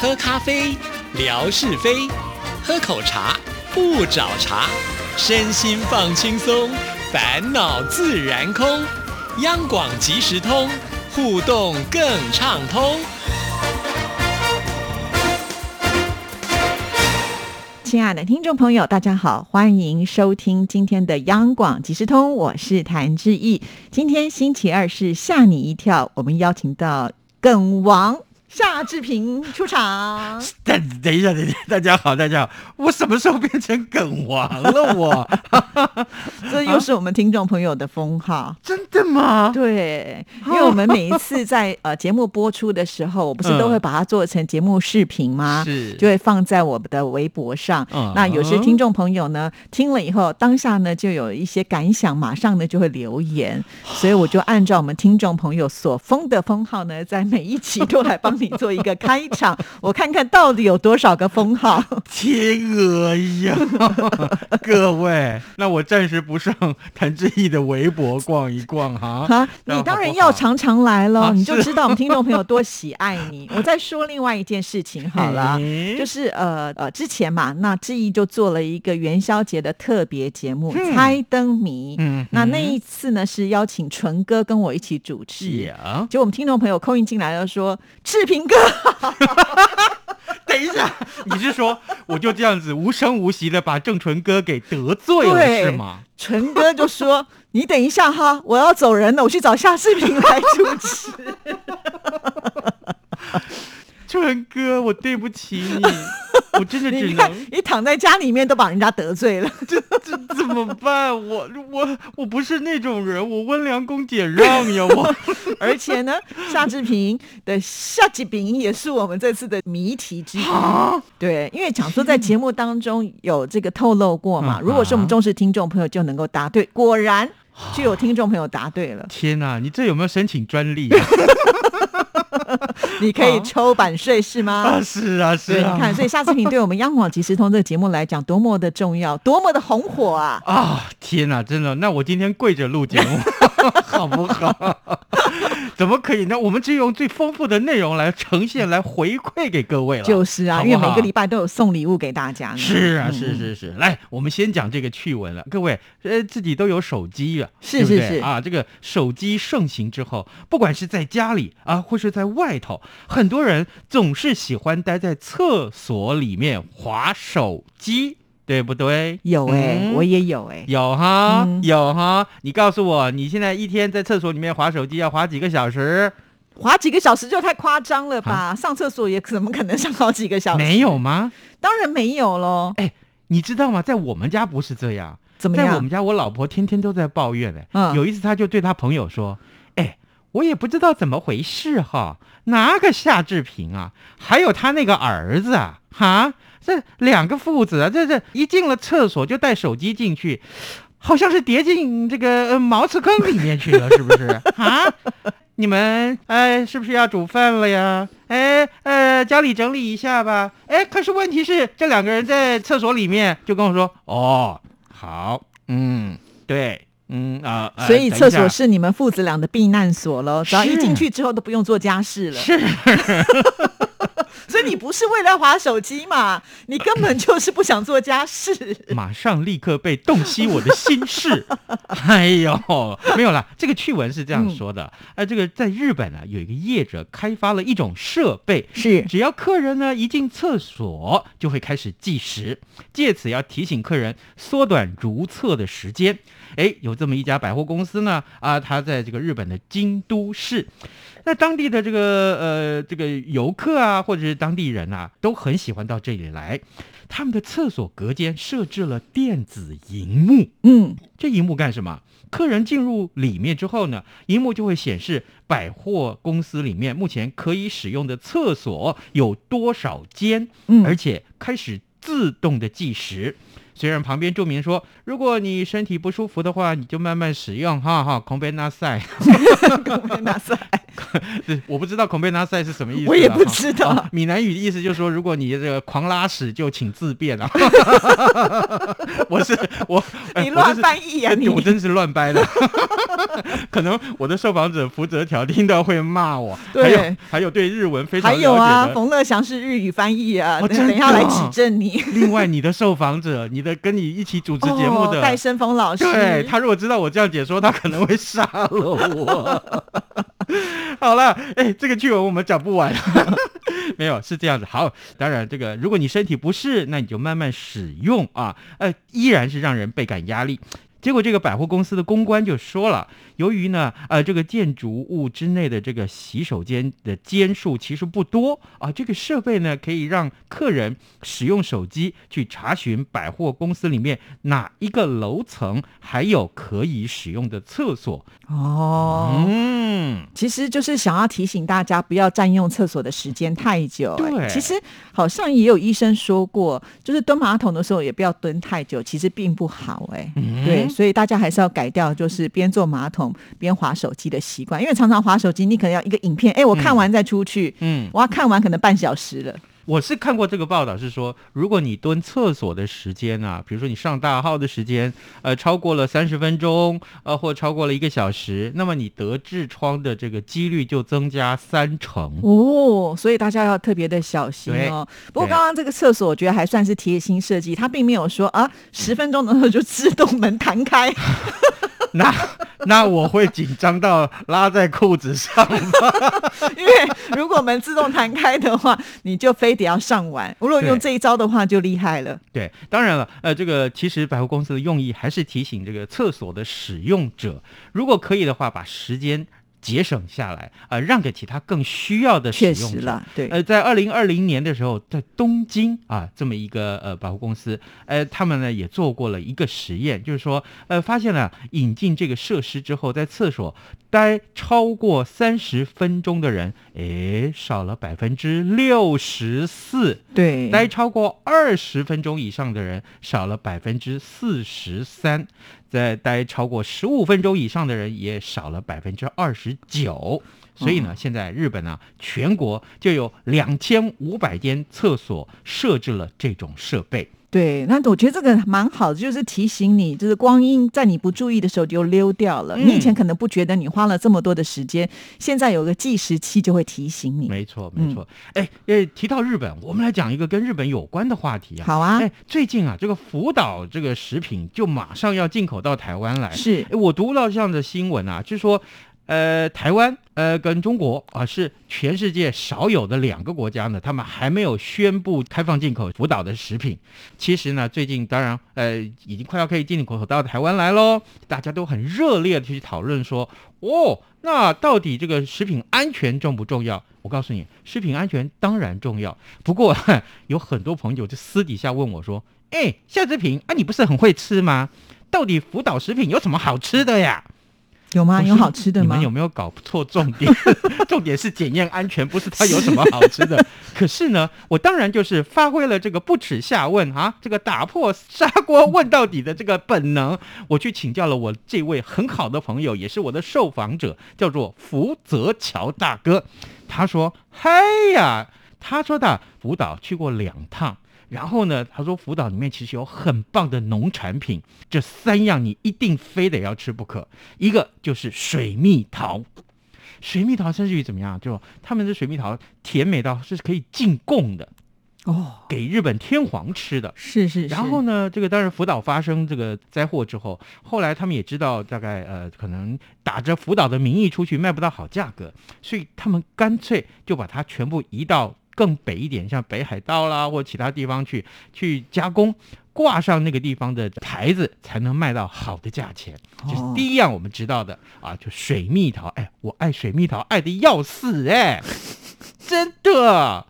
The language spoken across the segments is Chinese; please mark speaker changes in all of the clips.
Speaker 1: 喝咖啡，聊是非；喝口茶，不找茬。身心放轻松，烦恼自然空。央广即时通，互动更畅通。
Speaker 2: 亲爱的听众朋友，大家好，欢迎收听今天的央广即时通，我是谭志毅。今天星期二是吓你一跳，我们邀请到梗王夏志平出场。
Speaker 3: 等等一下，等一下，大家好，大家好，我什么时候变成梗王了我？
Speaker 2: 这又是我们听众朋友的封号。
Speaker 3: 真的
Speaker 1: 啊
Speaker 3: 吗？
Speaker 2: 对，因为我们每一次在呃节目播出的时候，我不是都会把它做成节目视频吗？
Speaker 3: 是
Speaker 2: 就会放在我们的微博上。
Speaker 3: 嗯
Speaker 2: 那有些听众朋友呢，听了以后，当下呢就有一些感想，马上呢就会留 言，所以我就按照我们听众朋友所封的封号呢，在每一期都来帮你做一个开 场，我看看到底有多少个封号。
Speaker 3: 天鹅呀，啊 各位，那我暂时不上谭志毅的微博逛一逛哈。
Speaker 2: 啊，
Speaker 3: 这样
Speaker 2: 你当
Speaker 3: 好
Speaker 2: 然
Speaker 3: 不
Speaker 2: 要
Speaker 3: 好
Speaker 2: 常常来喽，
Speaker 3: 啊
Speaker 2: 你就是知道我们听众朋友多喜爱 你。我再说另外一件事情好了，
Speaker 3: 诶
Speaker 2: 就是呃呃，之前嘛，那志毅就做了一个元宵节的特别节目《猜灯谜》，
Speaker 3: 嗯
Speaker 2: 那
Speaker 3: 哼
Speaker 2: 那一次呢是邀请纯哥跟我一起主持。
Speaker 3: 呀，
Speaker 2: 结果我们听众朋友扣印进来了，说志平 哥，
Speaker 3: 等一下，你是说我就这样子无声无息的把郑淳哥给得罪了
Speaker 2: 对
Speaker 3: 是吗？
Speaker 2: 纯哥就说你等一下哈，我要走人了，我去找夏志平来主持。
Speaker 3: 淳哥，我对不起 你，我真的
Speaker 2: 你
Speaker 3: 只
Speaker 2: 你看
Speaker 3: 能，
Speaker 2: 你躺在家里面都把人家得罪 了。
Speaker 3: 这这怎么办？我我我不是那种人，我温良恭俭让呀，我。
Speaker 2: 而且呢，夏志平的夏志平也是我们这次的谜题之一。对，因为讲说在节目当中有这个透露过嘛，
Speaker 3: 嗯，
Speaker 2: 如果是我们忠实听众朋友就能够答对，果然就有听众朋友答对了
Speaker 3: 天呐，你这有没有申请专利啊？
Speaker 2: 你可以
Speaker 3: 好
Speaker 2: 抽版税是吗
Speaker 3: 啊？ 是啊，是
Speaker 2: 对，
Speaker 3: 啊，
Speaker 2: 你看，所以夏志平对我们央广即时通这个节目来讲，多么的重要，多么的红火啊！
Speaker 3: 啊，天呐，真的，那我今天跪着录节目， 好不好？ 怎么可以呢？我们只有用最丰富的内容来呈现，来回馈给各位了。
Speaker 2: 就是啊，
Speaker 3: 好
Speaker 2: 因
Speaker 3: 不
Speaker 2: 为
Speaker 3: 好
Speaker 2: 每个礼拜都有送礼物给大家呢。
Speaker 3: 是啊，
Speaker 2: 嗯
Speaker 3: 是是是，来，我们先讲这个趣闻了。各位，呃，自己都有手机了，
Speaker 2: 是
Speaker 3: 对不
Speaker 2: 是
Speaker 3: 对
Speaker 2: 是
Speaker 3: 啊。这个手机盛行之后，不管是在家里啊，或是在外头，很多人总是喜欢待在厕所里面划手机，对不对？
Speaker 2: 有哎、
Speaker 3: 嗯
Speaker 2: 我也有哎、
Speaker 3: 有哈、
Speaker 2: 嗯
Speaker 3: 有哈，你告诉我，你现在一天在厕所里面划手机要划几个小时？
Speaker 2: 划几个小时就太夸张了吧？上厕所也怎么可能上好几个小时？
Speaker 3: 啊没有吗？
Speaker 2: 当然没有喽。
Speaker 3: 你知道吗？在我们家不是这样，
Speaker 2: 怎么
Speaker 3: 在我
Speaker 2: 样
Speaker 3: 们？家我老婆天天都在抱怨嘞、
Speaker 2: 嗯
Speaker 3: 有一次她就对她朋友说：“哎，我也不知道怎么回事哈，哪个夏志平啊，还有他那个儿子啊，哈，这两个父子啊，这这一进了厕所就带手机进去。”好像是跌进这个、呃、茅厕坑里面去了，是 不是啊？你们哎，是不是要煮饭了呀？哎呃，家里整理一下吧。哎，可是问题是，这两个人在厕所里面就跟我说：“哦，好，嗯，对，嗯啊。呃
Speaker 2: 所以
Speaker 3: 等一
Speaker 2: 厕所
Speaker 3: 下
Speaker 2: 是你们父子俩的避难所喽，只要一
Speaker 3: 是
Speaker 2: 进去之后都不用做家事了。是， 所以你不是为了划手机嘛？你根本就是不想做家事。
Speaker 3: 马上立刻被洞悉我的心 事。哎呦，没有啦，这个趣闻是这样
Speaker 2: 嗯
Speaker 3: 说的。呃，这个在日本呢、有一个业者开发了一种设备，
Speaker 2: 是
Speaker 3: 只要客人呢一进厕所，就会开始计时，借此要提醒客人缩短如厕的时间。诶，有这么一家百货公司呢，啊，它在这个日本的京都市，那当地的这个呃这个游客啊，或者是当地人啊，都很喜欢到这里来。他们的厕所隔间设置了电子荧幕，
Speaker 2: 嗯，
Speaker 3: 这荧幕干什么？客人进入里面之后呢，荧幕就会显示百货公司里面目前可以使用的厕所有多少间，
Speaker 2: 嗯
Speaker 3: 而且开始自动的计时。虽然旁边注明说，如果你身体不舒服的话，你就慢慢使用，哈哈。孔贝纳塞，
Speaker 2: 孔贝纳塞，
Speaker 3: 我不知道孔贝纳塞是什么 意思啊，
Speaker 2: 我也不
Speaker 3: 哈
Speaker 2: 知道
Speaker 3: 哦闽南语的意思就是说，如果你这个狂拉屎，就请自 便啊。我是我，哎
Speaker 2: 你
Speaker 3: 我真
Speaker 2: 乱
Speaker 3: 是哎
Speaker 2: 翻译 啊你！
Speaker 3: 我真是乱掰的， 可能我的受访者福泽条听到会骂我。还
Speaker 2: 对
Speaker 3: 有还有对日文非常
Speaker 2: 还
Speaker 3: 了解
Speaker 2: 有
Speaker 3: 的。
Speaker 2: 啊，冯乐祥是日语翻译啊，
Speaker 3: 哦
Speaker 2: 等
Speaker 3: 真的
Speaker 2: 等一下来指正你。
Speaker 3: 另外，你的受访者，你的跟你一起主持节目的，
Speaker 2: 哦戴胜峰老师，
Speaker 3: 对他如果知道我这样解说，他可能会 杀了我。 好了，哎，这个趣闻我们讲不完 没有，是这样子。好，当然，这个如果你身体不适，那你就慢慢使用啊。呃，依然是让人倍感压力。结果这个百货公司的公关就说了，由于呢，呃，这个建筑物之内的这个洗手间的间数其实不多啊，这个设备呢可以让客人使用手机去查询百货公司里面哪一个楼层还有可以使用的厕所。
Speaker 2: 哦。
Speaker 3: 嗯，
Speaker 2: 其实就是想要提醒大家不要占用厕所的时间太久、哎
Speaker 3: 对
Speaker 2: 其实好像也有医生说过，就是蹲马桶的时候也不要蹲太久，其实并不好、哎、
Speaker 3: 嗯
Speaker 2: 对，所以大家还是要改掉，就是边坐马桶边划手机的习惯，因为常常划手机，你可能要一个影片，哎、我看完再出去，
Speaker 3: 嗯，
Speaker 2: 我要看完可能半小时了，
Speaker 3: 我是看过这个报道，是说如果你蹲厕所的时间啊，比如说你上大号的时间，呃，超过了三十分钟，呃，或超过了一个小时，那么你得痔疮的这个几率就增加三成。
Speaker 2: 哦，所以大家要特别的小心哦。不过
Speaker 3: 对
Speaker 2: 刚刚这个厕所，我觉得还算是贴心设计，它并没有说啊，十分钟的时候就自动门弹开。
Speaker 3: 那那我会紧张到拉在裤子上。
Speaker 2: 因为如果门自动弹开的话，你就非得要上完。如果用这一招的话，就厉害了。
Speaker 3: 对，当然了，呃，这个其实百货公司的用意还是提醒这个厕所的使用者，如果可以的话，把时间节省下来，呃，让给其他更需要的使
Speaker 2: 确
Speaker 3: 用
Speaker 2: 实
Speaker 3: 者。
Speaker 2: 啦，对，
Speaker 3: 呃，在二零二零年的时候，在东京啊，这么一个呃百货公司，呃，他们呢也做过了一个实验，就是说，呃，发现了引进这个设施之后，在厕所待超过三十分钟的人，诶，少了百分之六十四。
Speaker 2: 对，
Speaker 3: 待超过二十分钟以上的人少了百分之四十三，在待超过十五分钟以上的人也少了百分之二十九。所以
Speaker 2: 嗯
Speaker 3: 呢，现在日本呢、全国就有两千五百间厕所设置了这种设备。
Speaker 2: 对。那我觉得这个蛮好的，就是提醒你，就是光阴在你不注意的时候就溜掉了。
Speaker 3: 嗯
Speaker 2: 你以前可能不觉得你花了这么多的时间，现在有个计时器就会提醒你。
Speaker 3: 没错，没错。
Speaker 2: 嗯
Speaker 3: 哎、呃，提到日本，我们来讲一个跟日本有关的话题啊。
Speaker 2: 好啊，
Speaker 3: 哎，最近啊，这个福岛这个食品就马上要进口到台湾来。
Speaker 2: 是
Speaker 3: 诶我读到这样的新闻啊，据说，呃，台湾呃跟中国啊是全世界少有的两个国家呢，他们还没有宣布开放进口福岛的食品。其实呢，最近当然呃已经快要可以进口到台湾来喽，大家都很热烈的去讨论说，哦，那到底这个食品安全重不重要？我告诉你，食品安全当然重要。不过 有很多朋友就私底下问我说：“哎，夏志平啊，你不是很会吃吗？到底福岛食品有什么好吃的呀？”
Speaker 2: 有吗？
Speaker 3: 我
Speaker 2: 有
Speaker 3: 说
Speaker 2: 好吃的
Speaker 3: 你
Speaker 2: 吗
Speaker 3: 们？有没有搞错重点？ 重点是检验安全，不是它有什么好吃 的。可是呢，我当然就是发挥了这个不耻下问啊，这个打破砂锅问到底的这个本能，我去请教了我这位很好的朋友，也是我的受访者，叫做福泽桥大哥。他说：“嗨呀，他说的福岛去过两趟。”然后呢，他说福岛里面其实有很棒的农产品，这三样你一定非得要吃不可。一个就是水蜜桃，水蜜桃甚至于怎么样，就他们的水蜜桃甜美到是可以进贡的，
Speaker 2: 哦，
Speaker 3: 给日本天皇吃的。
Speaker 2: 是是是。
Speaker 3: 然后呢，这个当然福岛发生这个灾祸之后，后来他们也知道大概呃可能打着福岛的名义出去卖不到好价格，所以他们干脆就把它全部移到更北一点，像北海道啦或其他地方去去加工。挂上那个地方的牌子，才能卖到好的价钱。
Speaker 2: 哦
Speaker 3: 这是第一样我们知道的啊，就水蜜桃。哎，我爱水蜜桃，爱的要死哎、真的。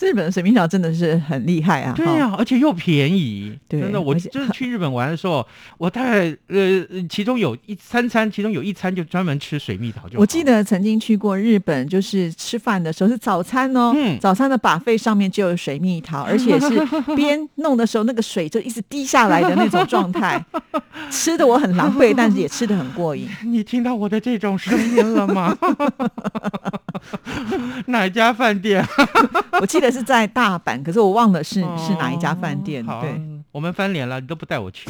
Speaker 2: 日本的水蜜桃真的是很厉害啊！
Speaker 3: 对
Speaker 2: 哈
Speaker 3: 呀、而且又便宜。
Speaker 2: 对
Speaker 3: 真的，我
Speaker 2: 而且
Speaker 3: 就是去日本玩的时候，我大概呃，其中有一三餐，其中有一餐就专门吃水蜜桃就好。
Speaker 2: 我记得曾经去过日本，就是吃饭的时候是早餐哦，
Speaker 3: 嗯
Speaker 2: 早餐的把费上面就有水蜜 桃，而且是边弄的时候那个水就一直滴下来的那种状 态，吃的我很狼狈，但是也吃的很过瘾。
Speaker 3: 你听到我的这种声音了吗？ 哪家饭店？
Speaker 2: 我记得是在大阪，可是我忘了是、嗯是哪一家饭店。
Speaker 3: 哦哦好
Speaker 2: 对，
Speaker 3: 我们翻脸了，你都不带 我去。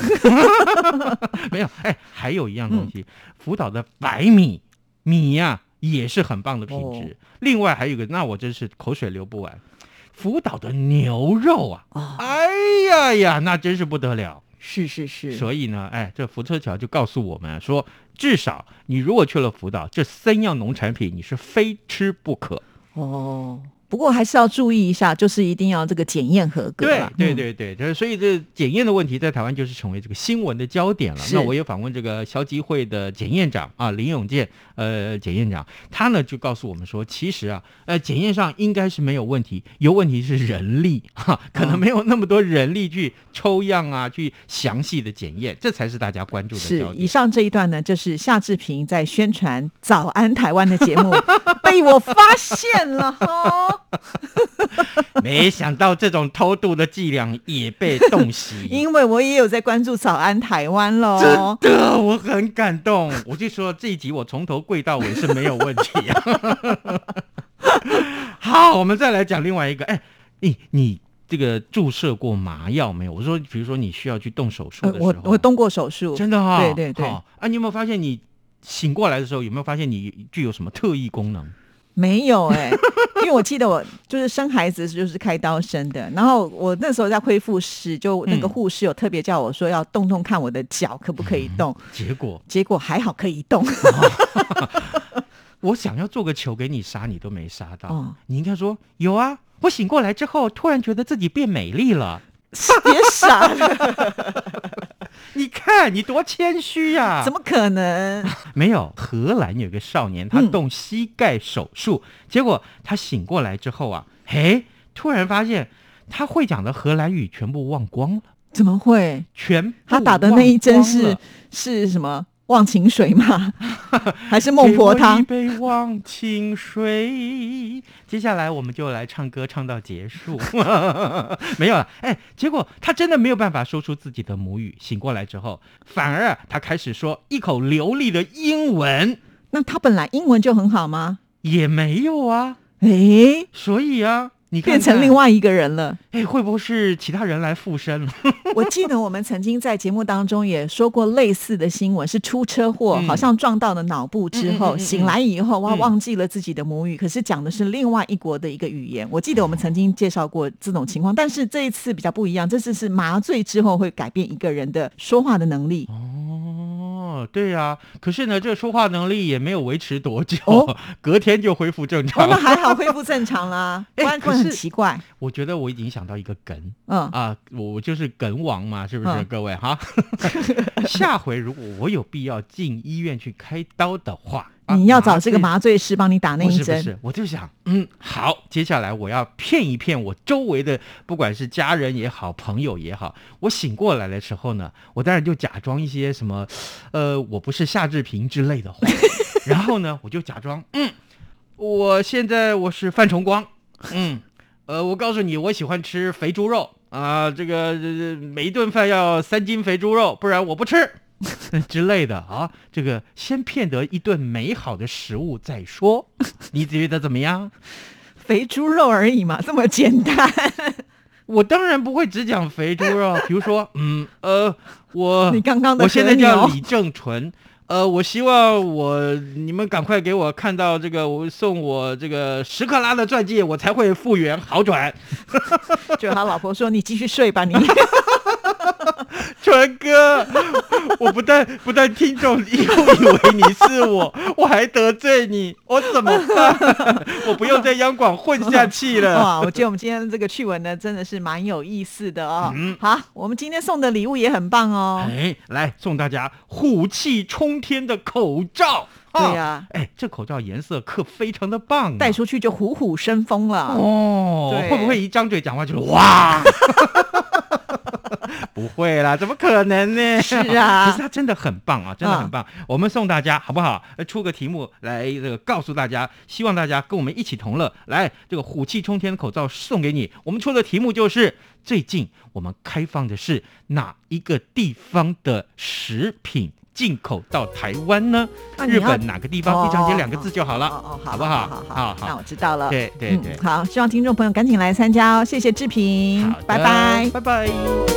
Speaker 3: 没有，哎，还有一样东西，
Speaker 2: 嗯
Speaker 3: 福岛的白米米呀、也是很棒的品
Speaker 2: 哦
Speaker 3: 质。另外还有一个，那我真是口水流不完。福岛的牛肉啊，
Speaker 2: 哦，
Speaker 3: 哎呀呀，那真是不得了。
Speaker 2: 是是是，
Speaker 3: 所以呢，哎，这福车桥就告诉我们啊说，至少你如果去了福岛，这三样农产品你是非吃不可。
Speaker 2: 哦。不过还是要注意一下，就是一定要这个检验合格
Speaker 3: 对
Speaker 2: 啦
Speaker 3: 对
Speaker 2: 嗯
Speaker 3: 对对，就是所以这检验的问题在台湾就是成为这个新闻的焦点了。
Speaker 2: 是
Speaker 3: 那我也访问这个消基会的检验长啊，林永健，呃，检验长，他呢就告诉我们说，其实啊，呃，检验上应该是没有问题，有问题是人力哈、可能
Speaker 2: 嗯
Speaker 3: 没有那么多人力去抽样啊，去详细的检验，这才是大家关注的
Speaker 2: 是
Speaker 3: 焦，
Speaker 2: 以
Speaker 3: 点。
Speaker 2: 上这一段呢，就是夏志平在宣传《早安台湾》的 节目，被我发现了哦哈，
Speaker 3: 没想到这种偷渡的伎俩 也被洞悉。
Speaker 2: 因为我也有在关注《早安台湾》喽。
Speaker 3: 的，我很感动。我就说这一集我从头跪到尾是没有问题、啊。 好，我们再来讲另外一个。哎，你你这个注射过麻药没有？我说，比如说你需要去动手术
Speaker 2: 呃
Speaker 3: 的时候，
Speaker 2: 我我动过手术，
Speaker 3: 真的哈、
Speaker 2: 对对对
Speaker 3: 好啊，你有没有发现你醒过来的时候，有没有发现你具有什么特异功能？
Speaker 2: 没有 哎、因为我记得我就是生孩子就是开刀生的，然后我那时候在恢复室，就那个
Speaker 3: 嗯
Speaker 2: 护士有特别叫我说要动动看我的脚可不可以动，
Speaker 3: 结果
Speaker 2: 结果还好可以 动。
Speaker 3: 我想要做个球给你杀，你都没杀到。
Speaker 2: 哦
Speaker 3: 你应该说有啊，我醒过来之后，突然觉得自己变美丽了。
Speaker 2: 别傻 了，
Speaker 3: 你看你多谦虚呀、
Speaker 2: 怎么可能？
Speaker 3: 没有？荷兰有个少年，他
Speaker 2: 嗯
Speaker 3: 动膝盖手术，结果他醒过来之后啊，嘿，突然发现他会讲的荷兰语全部忘光了，
Speaker 2: 怎么会？
Speaker 3: 全部
Speaker 2: 他打的那一针
Speaker 3: 嗯忘光
Speaker 2: 是
Speaker 3: 了
Speaker 2: 是什么？忘情水 吗？还是孟婆
Speaker 3: 给我一
Speaker 2: 汤？
Speaker 3: 杯忘情水。接下来我们就来唱歌，唱到结束。 没有了，哎，结果他真的没有办法说出自己的母语。醒过来之后，反而他开始说一口流利的英文，
Speaker 2: 那他本来英文就很好吗？
Speaker 3: 也没有啊。
Speaker 2: 诶、
Speaker 3: 所以啊，你看
Speaker 2: 变成另
Speaker 3: 外，
Speaker 2: 外一个人了。
Speaker 3: 哎，会不会是其他人来附身了？
Speaker 2: 我记得我们曾经在节目当中也说过类似的新闻，是出车祸，
Speaker 3: 嗯
Speaker 2: 好像撞到了脑部之
Speaker 3: 嗯
Speaker 2: 后，
Speaker 3: 嗯嗯嗯
Speaker 2: 醒来以后哇，
Speaker 3: 嗯
Speaker 2: 忘记了自己的母语，可是讲的是另外一国的一个语言。我记得我们曾经介绍过这种情况，但是这一次比较不一样，这次是麻醉之后会改变一个人的说话的能力。
Speaker 3: 哦，对呀、可是呢，这说话能力也没有维持多久，
Speaker 2: 哦
Speaker 3: 隔天就恢复正
Speaker 2: 哦
Speaker 3: 常，
Speaker 2: 那
Speaker 3: 了。
Speaker 2: 还好恢复正常啦，
Speaker 3: 哎
Speaker 2: 不然
Speaker 3: 可
Speaker 2: 会很
Speaker 3: 是
Speaker 2: 奇怪。
Speaker 3: 我觉得我已经想到一个梗。
Speaker 2: 嗯，
Speaker 3: 啊，我我就是梗王嘛，是不是、
Speaker 2: 嗯
Speaker 3: 各位哈？ 下回如果我有必要进医院去开刀的话，啊
Speaker 2: 你要找这个？
Speaker 3: 麻
Speaker 2: 麻醉师帮你打那
Speaker 3: 醉不
Speaker 2: 一
Speaker 3: 是不
Speaker 2: 针，
Speaker 3: 是，我就想，嗯，好，接下来我要骗一骗我周围的，不管是家人也好，朋友也好。我醒过来的时候呢，我当然就假装一些什么，呃，我不是夏志平之类 的话，然后呢，我就假装，嗯，我现在我是范崇光，嗯，呃，我告诉你，我喜欢吃肥猪肉啊、这个、呃每一顿饭要三斤肥猪肉，不然我不吃之类的啊。这个先骗得一顿美好的食物再说， 你觉得怎么样？
Speaker 2: 肥猪肉而已嘛，这 么简单。
Speaker 3: 我当然不会只讲肥猪肉，比如说，嗯，呃，我
Speaker 2: 你刚刚的
Speaker 3: 我现在
Speaker 2: 和
Speaker 3: 叫
Speaker 2: 牛
Speaker 3: 李正淳，呃，我希望我你们赶快给我看到这个，我送我这个十克拉的钻戒，我才会复原好转。
Speaker 2: 就他老婆说：“你继续睡吧，你
Speaker 3: 淳哥，我不但不但听众以后以为你是我，我还得罪你，我怎么 办？我不要在央广混下去了。
Speaker 2: 哇！”我觉得我们今天这个趣闻呢，真的是蛮有意思的哦。
Speaker 3: 嗯
Speaker 2: 好，我们今天送的
Speaker 3: 哎
Speaker 2: 礼物也很棒哦。
Speaker 3: 哎，来送大家虎气冲天的口罩。
Speaker 2: 对呀
Speaker 3: 哎，这口罩颜色可非常的棒、啊，
Speaker 2: 带出去就虎虎生风了。
Speaker 3: 哦
Speaker 2: 啊对，
Speaker 3: 会不会一张嘴讲话就是哇？不会啦，怎么可能呢？
Speaker 2: 是啊
Speaker 3: 可是它真的很棒啊，真的很棒。我们送大家好不好？呃出个题目来，这个告诉大家，希望大家跟我们一起同乐。来，这个虎气冲天的口罩送给你。我们出的题目就是：最近我们开放的是哪一个地方的食品？进口到台湾呢？
Speaker 2: 啊
Speaker 3: 日
Speaker 2: 你要
Speaker 3: 本哪个地方？一张写两个字就好了，
Speaker 2: 哦哦，好
Speaker 3: 好不
Speaker 2: 好？
Speaker 3: 好？
Speaker 2: 好好，那我知道了。
Speaker 3: 对对对
Speaker 2: 嗯，好，希望听众朋友赶紧来参加哦，谢谢志平
Speaker 3: 好，的
Speaker 2: 拜拜。
Speaker 3: 拜拜。